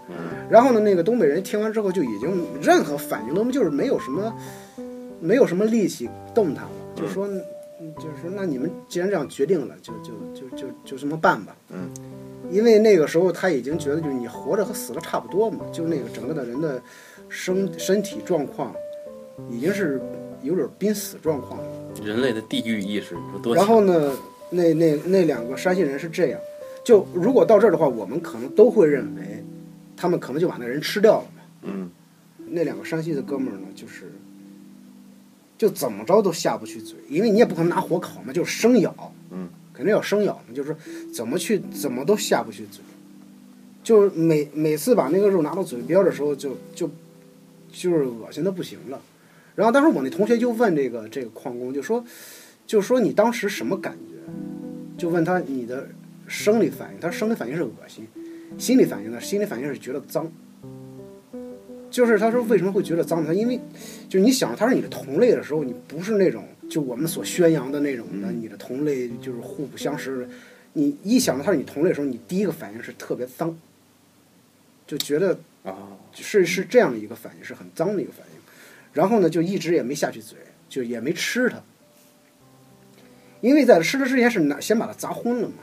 然后呢，那个东北人听完之后就已经任何反应都没，就是没有什么没有什么力气动他了，就说。嗯就是说，那你们既然这样决定了，就就就就就这么办吧。
嗯，
因为那个时候他已经觉得，就是你活着和死了差不多嘛，就那个整个的人的身身体状况已经是有点濒死状况了。
人类的地域意识有多
然
强？
后呢，那那那两个山西人是这样，就如果到这儿的话，我们可能都会认为，他们可能就把那人吃掉了嘛。
嗯，
那两个山西的哥们儿呢，就是，就怎么着都下不去嘴，因为你也不可能拿火烤嘛，就是生咬，
嗯，
肯定要生咬嘛，就是怎么去怎么都下不去嘴，就是每每次把那个肉拿到嘴边的时候就，就就是恶心的不行了。然后当时我那同学就问这个这个矿工，就说就说你当时什么感觉，就问他你的生理反应，他生理反应是恶心，心理反应呢，心理反应是觉得脏。就是他说为什么会觉得脏呢？他因为就是你想他是你的同类的时候，你不是那种就我们所宣扬的那种的，你的同类就是互不相识的。你一想到他是你同类的时候，你第一个反应是特别脏，就觉得
哦
啊，
是
嗯
是这样的一个反应，是很脏的一个反应。然后呢，就一直也没下去嘴，就也没吃它，因为在吃它之前是拿先把它砸昏了嘛。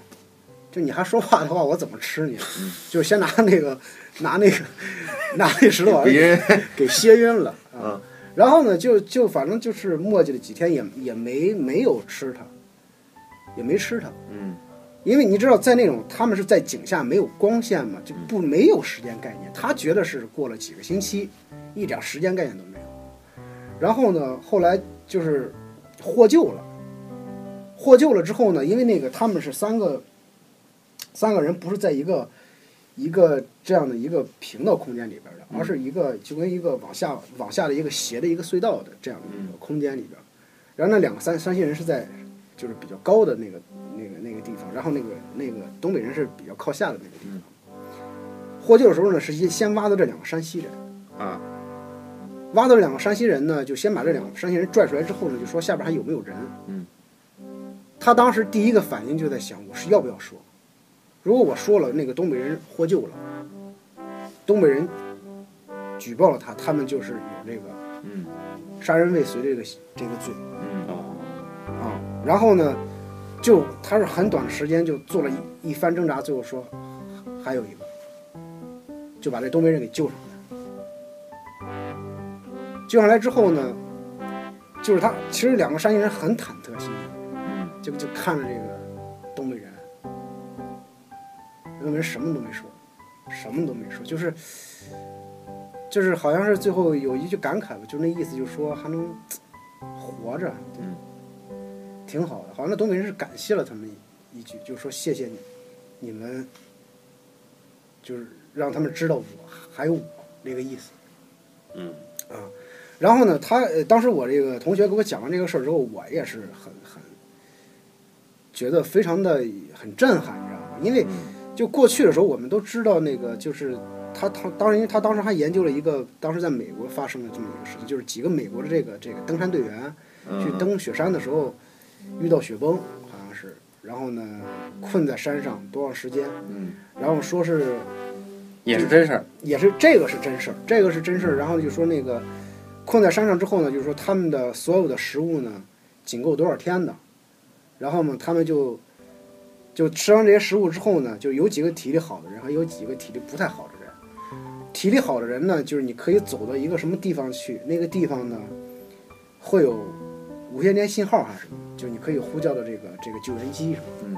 就你还说话的话，我怎么吃你？
嗯
就先拿那个 <laughs> 拿那个拿那石头把它
别人
给歇晕
<laughs>
了
嗯
啊。然后呢，就就反正就是磨叽了几天也，也没没有吃它，也没吃它，
嗯
因为你知道，在那种他们是在井下没有光线嘛，就不没有时间概念。他觉得是过了几个星期，一点时间概念都没有。然后呢，后来就是获救了，获救了之后呢，因为那个他们是三个三个人，不是在一个一个这样的一个平的空间里边的，而是一个就跟一个往下往下的一个斜的一个隧道的这样的一个空间里边。然后那两个三山西人是在就是比较高的那个那个那个地方，然后那个那个东北人是比较靠下的那个地方。获救的时候呢，是先先挖到这两个山西人，
啊，
挖到这两个山西人呢，就先把这两个山西人拽出来之后呢，就说下边还有没有人？
嗯，
他当时第一个反应就在想，我是要不要说？如果我说了，那个东北人获救了，东北人举报了他，他们就是有这个
嗯
杀人未遂这个这个罪。
嗯
哦，
啊，然后呢，就他是很短的时间就做了一一番挣扎，最后说还有一个，就把这东北人给救上来。救上来之后呢，就是他其实两个山西人很忐忑心里，
嗯
就就看着这个东北人，东北人什么都没说，什么都没说，就是就是好像是最后有一句感慨吧，就那意思，就是说还能活着，对
嗯
挺好的。好像那东北人是感谢了他们一句，就说谢谢你，你们就是让他们知道我还有我那个意思
嗯，
啊。然后呢，他呃，当时我这个同学给我讲完这个事儿之后，我也是很很觉得非常的很震撼，你知道吗？因为
嗯
就过去的时候，我们都知道那个就是他他当然，因为他当时还研究了一个当时在美国发生的这么一个事情，就是几个美国的这个这个登山队员
嗯
去登雪山的时候遇到雪崩，好像是，然后呢困在山上多长时间，
嗯
然后说是
也是真事儿，
也是这个是真事儿，这个是真事儿，然后就说那个困在山上之后呢，就是说他们的所有的食物呢仅够多少天的，然后呢他们就就吃完这些食物之后呢，就有几个体力好的人，还有几个体力不太好的人。体力好的人呢，就是你可以走到一个什么地方去，那个地方呢会有无线电信号还是什么，就你可以呼叫到这个这个救援机什么
嗯
的。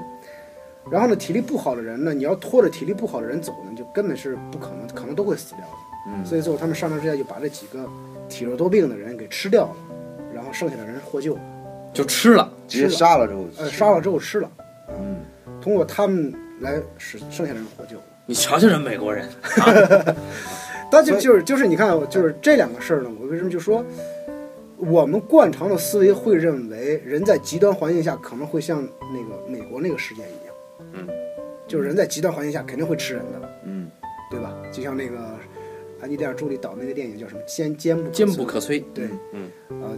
然后呢，体力不好的人呢，你要拖着体力不好的人走呢，就根本是不可能，可能都会死掉的。
嗯，
所以最后他们上山之下就把这几个体弱多病的人给吃掉了，然后剩下的人获救，
就吃了，
直接杀了之后，
呃，杀了之后吃了，
嗯
通过他们来使剩下的人获救。
你瞧瞧人美国人，
但
所
就
以
就是就是你看啊，就是这两个事儿呢，我为什么就说，我们惯常的思维会认为人在极端环境下可能会像那个美国那个事件一样，
嗯，
就是人在极端环境下肯定会吃人的，
嗯
对吧？就像那个安吉丽尔·朱莉导那个电影叫什么《坚坚不可
坚
摧
不可摧，
对，
嗯，
呃，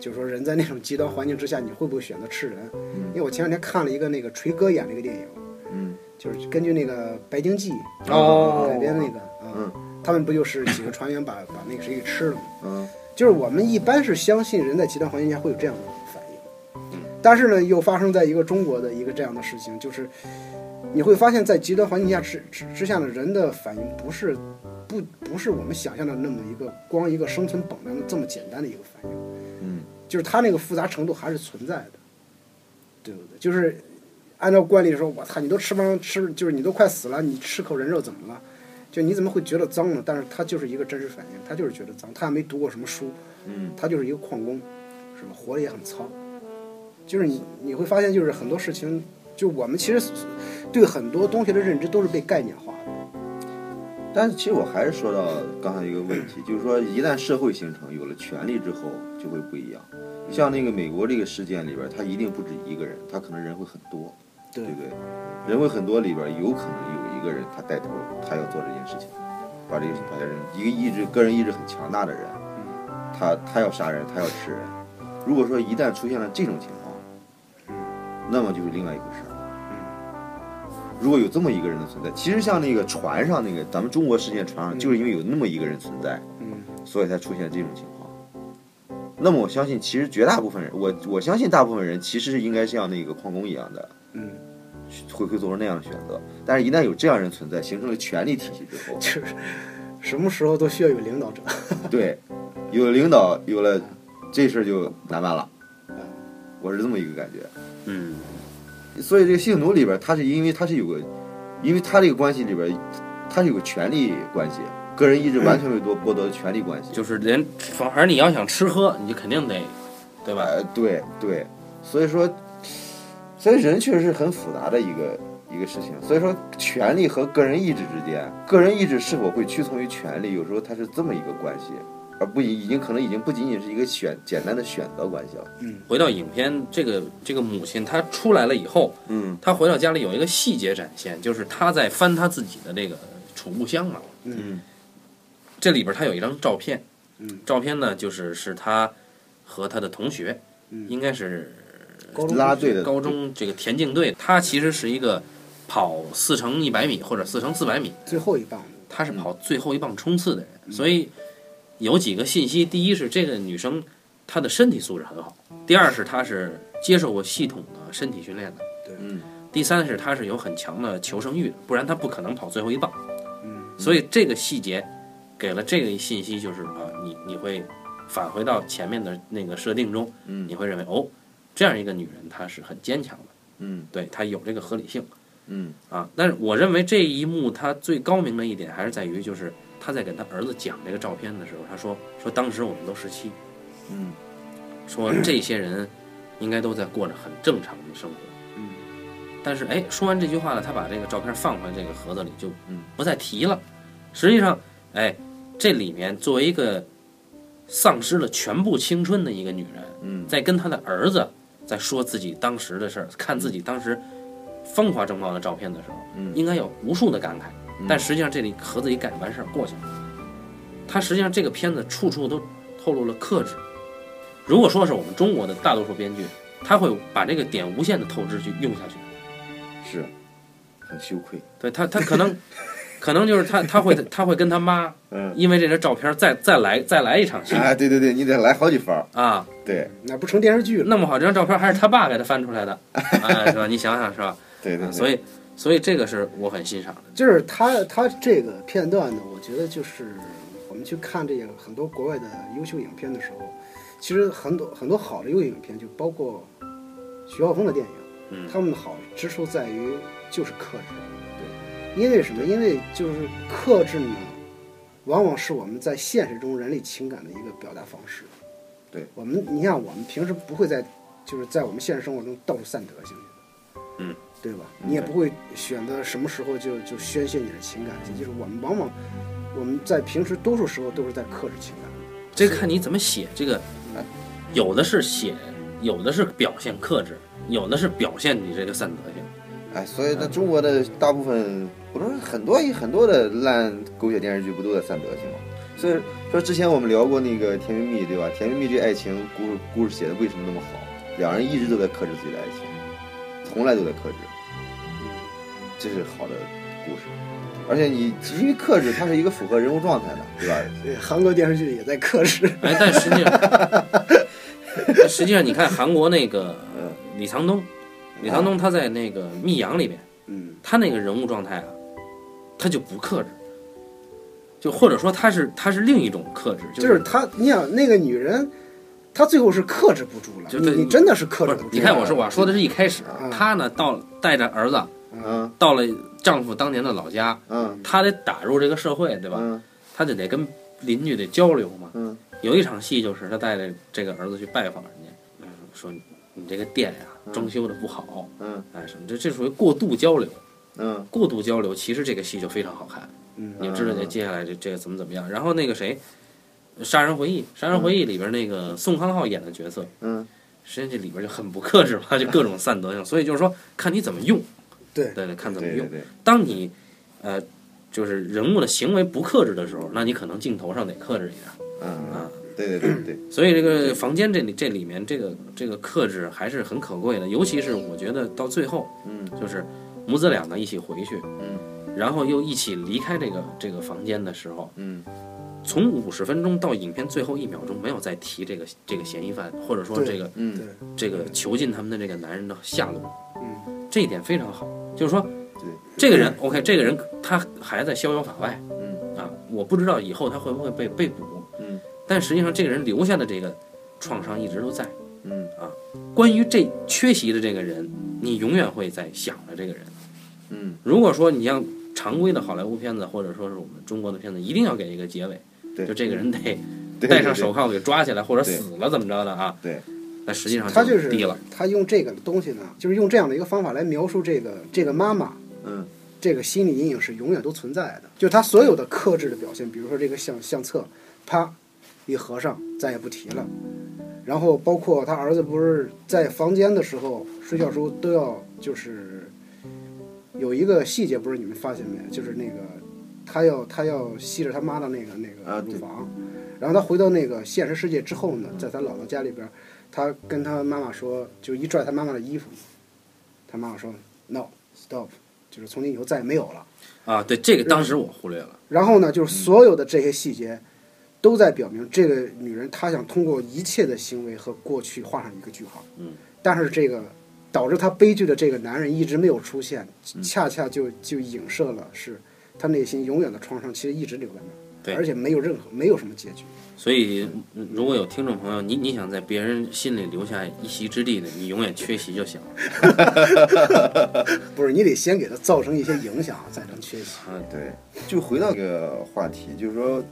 就是说人在那种极端环境之下，你会不会选择吃人？
嗯
因为我前两天看了一个那个锤哥演的一个电影，
嗯
就是根据那个《白鲸记》
哦
改编的那个，啊
嗯
他们不就是几个船员把把那个谁给吃了吗？
嗯
就是我们一般是相信人在极端环境下会有这样的反应，
嗯
但是呢，又发生在一个中国的一个这样的事情，就是你会发现在极端环境下之之之下呢，人的反应不是不不是我们想象的那么一个光一个生存本能的这么简单的一个反应，
嗯
就是它那个复杂程度还是存在的，对不对？就是按照惯例说，我操，你都吃完吃，就是你都快死了，你吃口人肉怎么了？就你怎么会觉得脏呢？但是他就是一个真实反应，他就是觉得脏，他也没读过什么书，
嗯
他就是一个矿工，是吧？活得也很糙，就是你你会发现，就是很多事情，就我们其实对很多东西的认知都是被概念化的。
但是其实我还是说到刚才一个问题，就是说一旦社会形成有了权利之后就会不一样。像那个美国这个事件里边，他一定不止一个人，他可能人会很多，
对
对不对？人会很多里边，有可能有一个人他带头，他要做这件事情，把这个把这人一个意志个人意志很强大的人，他他要杀人，他要吃人。如果说一旦出现了这种情况，那么就是另外一回事儿。如果有这么一个人的存在，其实像那个船上那个，咱们中国事件船上，就是因为有那么一个人存在，
嗯，
所以才出现这种情况。那么我相信，其实绝大部分人，我我相信大部分人其实是应该像那个矿工一样的，
嗯，，
会会做出那样的选择。但是，一旦有这样人存在，形成了权力体系之后 <laughs>
就是什么时候都需要有领导者。
对，有了领导，有了这事儿就难办了
嗯。
我是这么一个感觉。
嗯，
所以这个性奴里边，他是因为他是有个，因为他这个关系里边，他是有个权力关系，个人意志完全被夺剥夺的权力关系。
就是连反而你要想吃喝，你就肯定得，对吧？
呃，对对，所以说，所以人确实是很复杂的一个一个事情。所以说，权力和个人意志之间，个人意志是否会屈从于权力，有时候它是这么一个关系，而不已已经可能已经不仅仅是一个选简单的选择关系了。
回到影片，这个这个母亲她出来了以后，
嗯
她回到家里有一个细节展现，就是她在翻她自己的这个储物箱嘛。
嗯
这里边她有一张照片，
嗯，
照片呢就是是她和她的同学，
嗯
应该是
高中
拉队的
高中这个田径队，她其实是一个跑四乘一百米或者四乘四百米，
嗯最后一棒子，
她是跑最后一棒冲刺的人，
嗯
所以有几个信息：第一是这个女生她的身体素质很好；第二是她是接受过系统的身体训练的；
嗯
第三是她是有很强的求生欲的，不然她不可能跑最后一棒。
嗯，
所以这个细节给了这个信息，就是啊，你你会返回到前面的那个设定中，
嗯
你会认为哦，这样一个女人她是很坚强的，
嗯
对她有这个合理性。
嗯
啊，但是我认为这一幕他最高明的一点还是在于，就是他在给他儿子讲这个照片的时候，他说说当时我们都十七，
嗯
说这些人应该都在过着很正常的生活。
嗯，
但是哎，说完这句话呢，他把这个照片放回这个盒子里，就
嗯
不再提了。实际上，哎，这里面作为一个丧失了全部青春的一个女人，
嗯
在跟她的儿子在说自己当时的事儿，看自己当时风华正茂的照片的时候，
嗯，
应该有无数的感慨。但实际上这里盒子一盖完事儿过去了。它实际上这个片子处处都透露了克制。如果说是我们中国的大多数编剧，他会把这个点无限的透支去用下去。
是很羞愧。
对他，他可能可能就是他他会他会跟他妈
嗯
因为这张照片再再来再来一场戏
啊，对对对，你得来好几番儿。
啊。
对
那不成电视剧了。
那么好，这张照片还是他爸给他翻出来的，哎，是吧？你想想是吧？
对对，
所
以
以所以这个是我很欣赏的。
就是他他这个片段呢，我觉得就是我们去看这个很多国外的优秀影片的时候，其实很多很多好的优秀影片，就包括徐浩峰的电影，
嗯
他们的好之处在于就是克制。对，因为什么？因为就是克制呢，往往是我们在现实中人类情感的一个表达方式。
对
我们，你像我们平时不会在就是在我们现实生活中到处散德行去。
嗯，
对吧？
嗯
你也
对
不会选择什么时候就就宣泄你的情感，这
嗯
就是我们往往我们在平时多数时候都是在克制情感。
这看你怎么写这个呃
哎，
有的是写，有的是表现克制，有的是表现你这个散德性。
哎，所以那中国的大部分，我说很多很多的烂狗血电视剧不都在散德性吗？所以说之前我们聊过那个《甜蜜蜜》，对吧？《甜蜜蜜》这爱情故事故事写的为什么那么好？两人一直都在克制自己的爱情，从来都在克制，
嗯
这是好的故事。而且你因为克制，它是一个符合人物状态的，对吧？
对，韩国电视剧也在
<laughs>
克制。
哎，但实际上，
<laughs>
但实际上你看韩国那个呃李沧东，李沧东他在那个《密阳》里边，
啊嗯，
他那个人物状态啊，他就不克制，就或者说他是他是另一种克制，
就是她，你想那个女人，她最后是克制不住了，
就
你
对
你真的是克
不
制
是
不住了。
你看我说我说的是一开始
啊，
他呢到带着儿子
嗯
到了丈夫当年的老家，
嗯
他得打入这个社会，对吧？
嗯
他就得跟邻居得交流嘛。
嗯
有一场戏就是他带着这个儿子去拜访人家，嗯，说你这个店呀、装修的不好，
嗯
哎什么，这这属于过度交流。
嗯
过度交流，其实这个戏就非常好看，
嗯
你就知道这接下来这这个怎么怎么样。然后那个谁， 《杀人回忆》《杀人回忆》里边那个宋康昊演的角色，
嗯，
实际上这里边就很不克制嘛，就各种散德性。所以就是说，看你怎么用，
对
对对，看怎么
对对
用。
对，
当你呃，就是人物的行为不克制的时候，那你可能镜头上得克制一点儿
嗯，
啊。
对对对对，
所以这个房间这里这里面这个这个克制还是很可贵的，尤其是我觉得到最后
嗯
就是母子俩呢一起回去，
嗯，
然后又一起离开这个这个房间的时候，
嗯
从五十分钟到影片最后一秒钟没有再提这个这个嫌疑犯或者说
对
这个
嗯，
对，
这个囚禁他们的这个男人的下落，
嗯，
这一点非常好，就是说
对，
这个人 OK，这个人他还在逍遥法外，
嗯
啊，我不知道以后他会不会被被捕，
嗯
但实际上这个人留下的这个创伤一直都在。
嗯
关于这缺席的这个人，你永远会在想着这个人。
嗯，
如果说你像常规的好莱坞片子，或者说是我们中国的片子，一定要给一个结尾，
嗯对
就这个人 <laughs> 得
<laughs> 对
戴上手，
对
铐给抓起来，或者
对
死了怎么着的啊？
对，
那实际上
他就
啊低
是
了。
他用这个东西呢，就是用这样的一个方法来描述这个这个妈妈。
对嗯
这个心理阴影是永远都存在的，就他所有的克制的表现，比如说这个相相册，啪一合上，再也不提了。然后包括他儿子不是在房间的时候，睡觉时候都要就是有一个细节，不是你们发现没有？就是那个他要他要吸着他妈的那个那
啊
个乳
对
房，然后他回到那个现实世界之后呢，在他姥姥家里边，他跟他妈妈说，就一拽他妈妈的衣服，他妈妈说 no stop，就是从今以后再也没有了。
啊，对，这个当时我忽略了。
然后呢，就是
嗯
所有的这些细节，都在表明这个女人她想通过一切的行为和过去画上一个句号。
嗯，
但是这个导致她悲剧的这个男人一直没有出现，
嗯
恰恰就就影射了是她内心永远的创伤，其实一直留在那
对
儿，而且没有任何没有什么结局。
所以，嗯如果有听众朋友，你你想在别人心里留下一席之地呢，你永远缺席就行了。
不是，你得先给她造成一些影响，啊再能缺席。
对，就回到这个话题，就是说，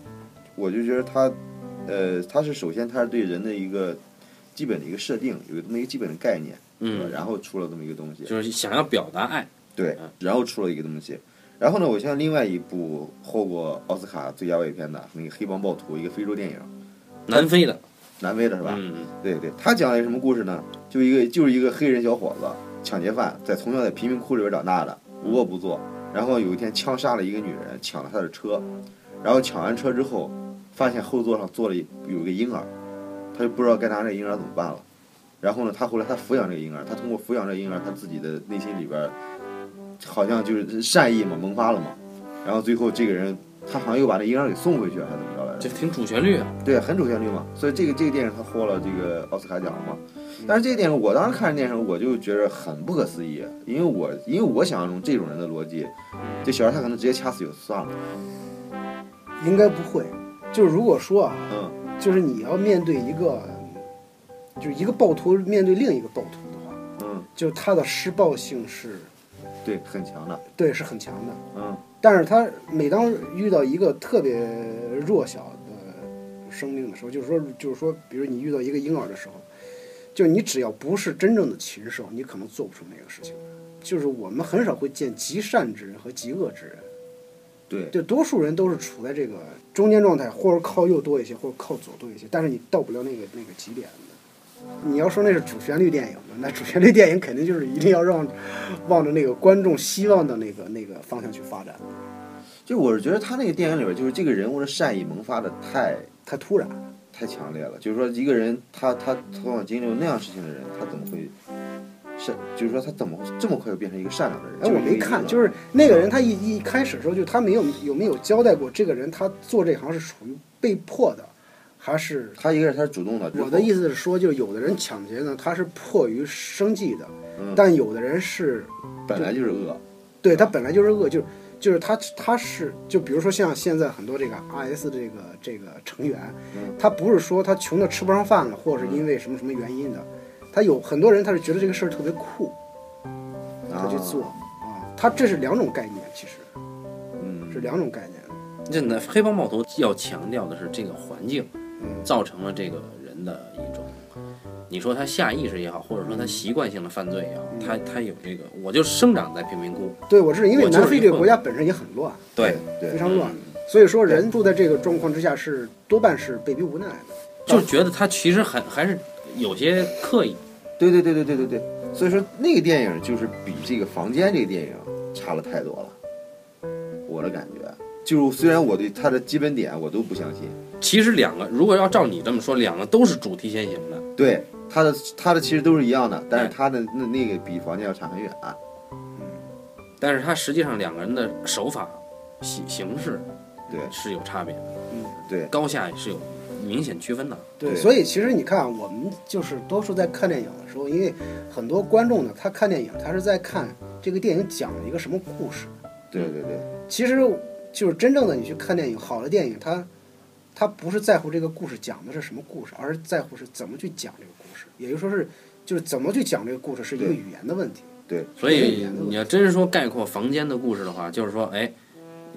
我就觉得他，呃，他是首先他是对人的一个基本的一个设定，有这么一个基本的概念，是吧
嗯，
然后出了这么一个东西，
就是嗯想要表达爱，
对，然后出了一个东西。然后呢，我像另外一部获过奥斯卡最佳外语片的那个《黑帮暴徒》，一个非洲电影，
南非的，
南非的是吧？
嗯，
对对，他讲了一个什么故事呢？就一个就是一个黑人小伙子，抢劫犯，在从小在贫民窟里边长大的，无恶不作。然后有一天枪杀了一个女人，抢了她的车，然后抢完车之后，发现后座上坐了一有一个婴儿，他就不知道该拿这个婴儿怎么办了。然后呢，他后来他抚养这个婴儿，他通过抚养这个婴儿，他自己的内心里边儿好像就是善意嘛萌发了嘛。然后最后这个人，他好像又把这婴儿给送回去了，还是怎么着来着？
这挺主旋律啊。
对，很主旋律嘛，所以这个这个电影它获了这个奥斯卡奖了嘛。但是这个电影我当时看这电影，我就觉得很不可思议，因为我因为我想象中这种人的逻辑，这小孩他可能直接掐死就算了。
应该不会。就是如果说啊，
嗯
就是你要面对一个，就是一个暴徒面对另一个暴徒的话，
嗯，
就是他的施暴性是
对，很强的。
对是很强的，
嗯
但是他每当遇到一个特别弱小的生命的时候，就是说就是说，比如你遇到一个婴儿的时候，就你只要不是真正的禽兽，你可能做不出那个事情。就是我们很少会见极善之人和极恶之人，
对
就多数人都是处在这个中间状态，或者靠右多一些，或者靠左多一些，但是你到不了那个那个极点的。你要说那是主旋律电影嘛，那主旋律电影肯定就是一定要让望着那个观众希望的那个那个方向去发展，
就我是觉得他那个电影里边，就是这个人物的善意萌发的太
太突然。
太强烈了。就是说，一个人他他从小经历过那样事情的人，他怎么会善？就是说，他怎么会这么快就变成一个善良的人？
哎，我没看，就是那个人他一一开始的时候，就他没有有没有交代过这个人他做这行是属于被迫的，还是
他一个人他是主动的。
我的
思，
意思是说，就有的人抢劫呢，他是迫于生计的，
嗯
但有的人是
本来就是恶。
对他本来就是恶，就是就是他他是就比如说像现在很多这个 RS 这个这个成员，
嗯
他不是说他穷的吃不上饭了，或者是因为什么什么原因的，他有很多人他是觉得这个事儿特别酷，他去做
啊
啊，他这是两种概念，其实
嗯，
是两种概念。
这南黑帮暴徒要强调的是这个环境
嗯
造成了这个人的一种，你说他下意识也好，或者说他习惯性的犯罪也
嗯
好，他他有这个，我就生长在贫民窟，
对，我是因为
我就是
南非
一
这个
混
国家本身也很乱，
对对嗯
非常乱，所以说，人住在这个状况之下是多半是被逼无奈的。
就觉得他其实还还是有些刻意。
对对对对对对对，所以说那个电影就是比这个《房间》这个电影差了太多了，我的感觉就是虽然我对它的基本点我都不相信，
其实两个，如果要照你这么说，两个都是主题先行的，
对它的它的其实都是一样的，但
哎
是它的那那个比《房间》要差很远，啊
但是他实际上两个人的手法、形形式
对
是有差别的，
对
高下也是有明显区分的。
对，
对
所以其实你看啊，我们就是多数在看电影的时候，因为很多观众呢，他看电影，他是在看这个电影讲了一个什么故事。
对对对，
其实就是真正的你去看电影，好的电影，它它不是在乎这个故事讲的是什么故事，而是在乎是怎么去讲这个故事，也就是说是就是怎么去讲这个故事是一个
对
语言的问题。
所以你要真是说概括房间的故事的话，就是说，哎，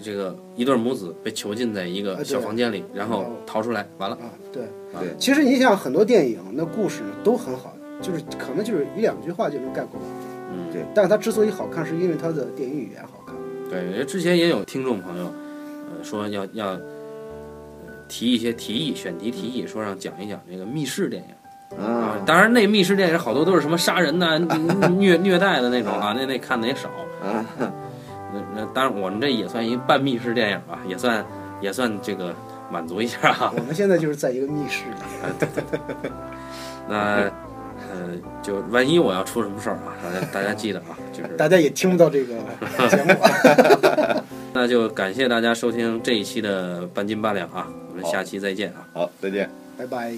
这个一对母子被囚禁在一
啊
个
对嗯
小房间里，然后逃出来，完了，
啊，对
对
其实你想，很多电影那故事呢都很好，就是可能就是一两句话就能概括完。
嗯，
对
但是它之所以好看，是因为它的电影语言好看。
对，之前也有听众朋友，呃，说要要呃提一些提议，选题提议，说让讲一讲这个密室电影。啊，
啊
当然那密室电影好多都是什么杀人呐、 <laughs> 虐虐待的那种啊，那那看的也少。
啊，
<laughs> 那那当然我们这也算一半密室电影吧，也算也算这个满足一下啊。
我们现在就是在一个密室里，
那呃，就万一我要出什么事儿啊，大家大家记得啊，就是
大家也听不到这个节目啊。
那就感谢大家收听这一期的半斤八两啊，我们下期再见啊。
好，再见。
拜拜。